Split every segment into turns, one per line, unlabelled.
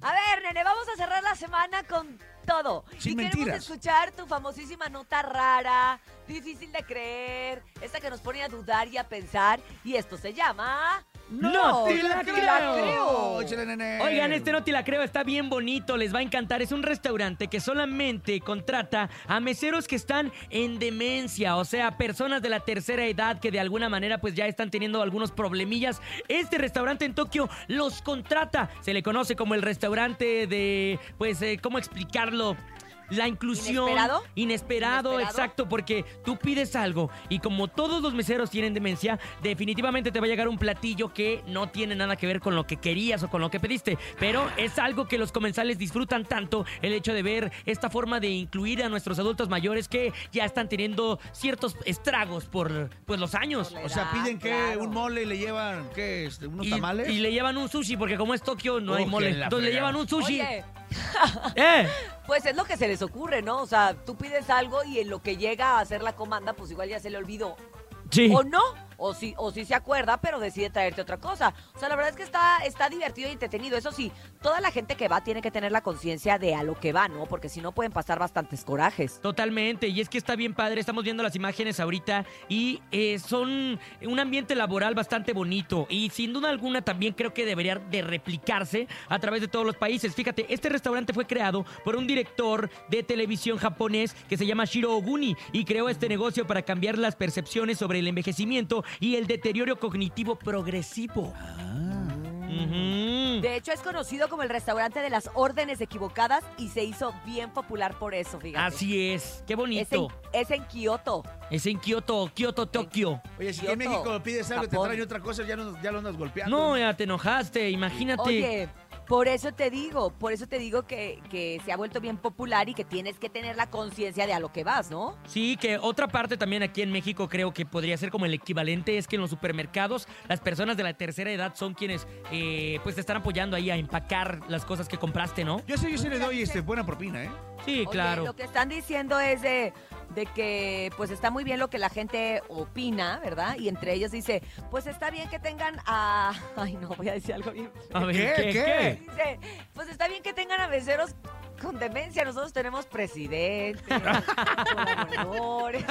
A ver, nene, vamos a cerrar la semana con todo.
Sin
y
mentiras.
queremos escuchar tu famosísima nota rara, difícil de creer, esta que nos pone a dudar y a pensar. Y esto se llama.
¡No te la
te
creo! Échale, nene.
Oigan, este no te la creo, está bien bonito, les va a encantar. Es un restaurante que solamente contrata a meseros que están en demencia, o sea, personas de la tercera edad que de alguna manera pues ya están teniendo algunos problemillas. Este restaurante en Tokio los contrata. Se le conoce como el restaurante de, pues, eh, ¿cómo explicarlo? La inclusión.
¿Inesperado?
Inesperado,
Inesperado.
exacto, porque tú pides algo y como todos los meseros tienen demencia, definitivamente te va a llegar un platillo que no tiene nada que ver con lo que querías o con lo que pediste, pero es algo que los comensales disfrutan tanto, el hecho de ver esta forma de incluir a nuestros adultos mayores que ya están teniendo ciertos estragos por pues los años.
Por
O sea, piden que
Claro.
un mole y le llevan, ¿qué? Este, ¿Unos
Y,
tamales?
y le llevan un sushi, porque como es Tokio no
Oh,
hay
que
mole.
la
Entonces le
fregada.
llevan un sushi.
Oye,
¡Eh!
pues es lo que se les ocurre, ¿no? O sea, tú pides algo y en lo que llega a hacer la comanda, pues igual ya se le olvidó.
Sí.
O no, o sí, o sí se acuerda, pero decide traerte otra cosa. O sea, la verdad es que está, está divertido y entretenido. Eso sí, toda la gente que va tiene que tener la conciencia de a lo que va, ¿no? Porque si no pueden pasar bastantes corajes.
Totalmente, y es que está bien padre, estamos viendo las imágenes ahorita y eh, son un ambiente laboral bastante bonito y sin duda alguna también creo que debería de replicarse a través de todos los países. Fíjate, este restaurante fue creado por un director de televisión japonés que se llama Shiro Oguni y creó este negocio para cambiar las percepciones sobre el envejecimiento y el deterioro cognitivo progresivo. Ujú.
De hecho, es conocido como el restaurante de las órdenes equivocadas y se hizo bien popular por eso, fíjate.
Así es, qué
es en,
Ah, bonito.
es en Kioto.
Es en Kioto, Kioto, Tokio.
Oye, si
Kioto,
en México pides algo y te
Japón.
traen otra cosa, ya, no- ya lo andas golpeando.
No, ya te enojaste, imagínate.
Oye, por eso te digo, por eso te digo que, que se ha vuelto bien popular y que tienes que tener la conciencia de a lo que vas, ¿no?
Sí, que otra parte también aquí en México creo que podría ser como el equivalente es que en los supermercados las personas de la tercera edad son quienes eh, pues te están apoyando ahí a empacar las cosas que compraste, ¿no?
Yo sé, yo sí le doy este, buena propina, ¿eh?
Sí,
Oye,
claro.
Lo que están diciendo es de, de que pues está muy bien lo que la gente opina, ¿verdad? Y entre ellos dice, pues está bien que tengan a... Ay, no, voy a decir algo bien. feo.
A ver,
¿Qué? ¿Qué?
Dice, pues está bien que tengan a meseros con demencia. Nosotros tenemos presidentes, colaboradores.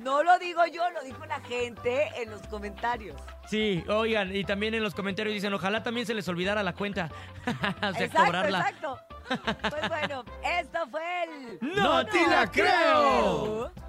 No lo digo yo, lo dijo la gente en los comentarios.
Sí, oigan, y también en los comentarios dicen, ojalá también se les olvidara la cuenta. o sea,
exacto,
cobrarla.
exacto. Pues bueno, esto fue el...
¡No
te la creo!
creo!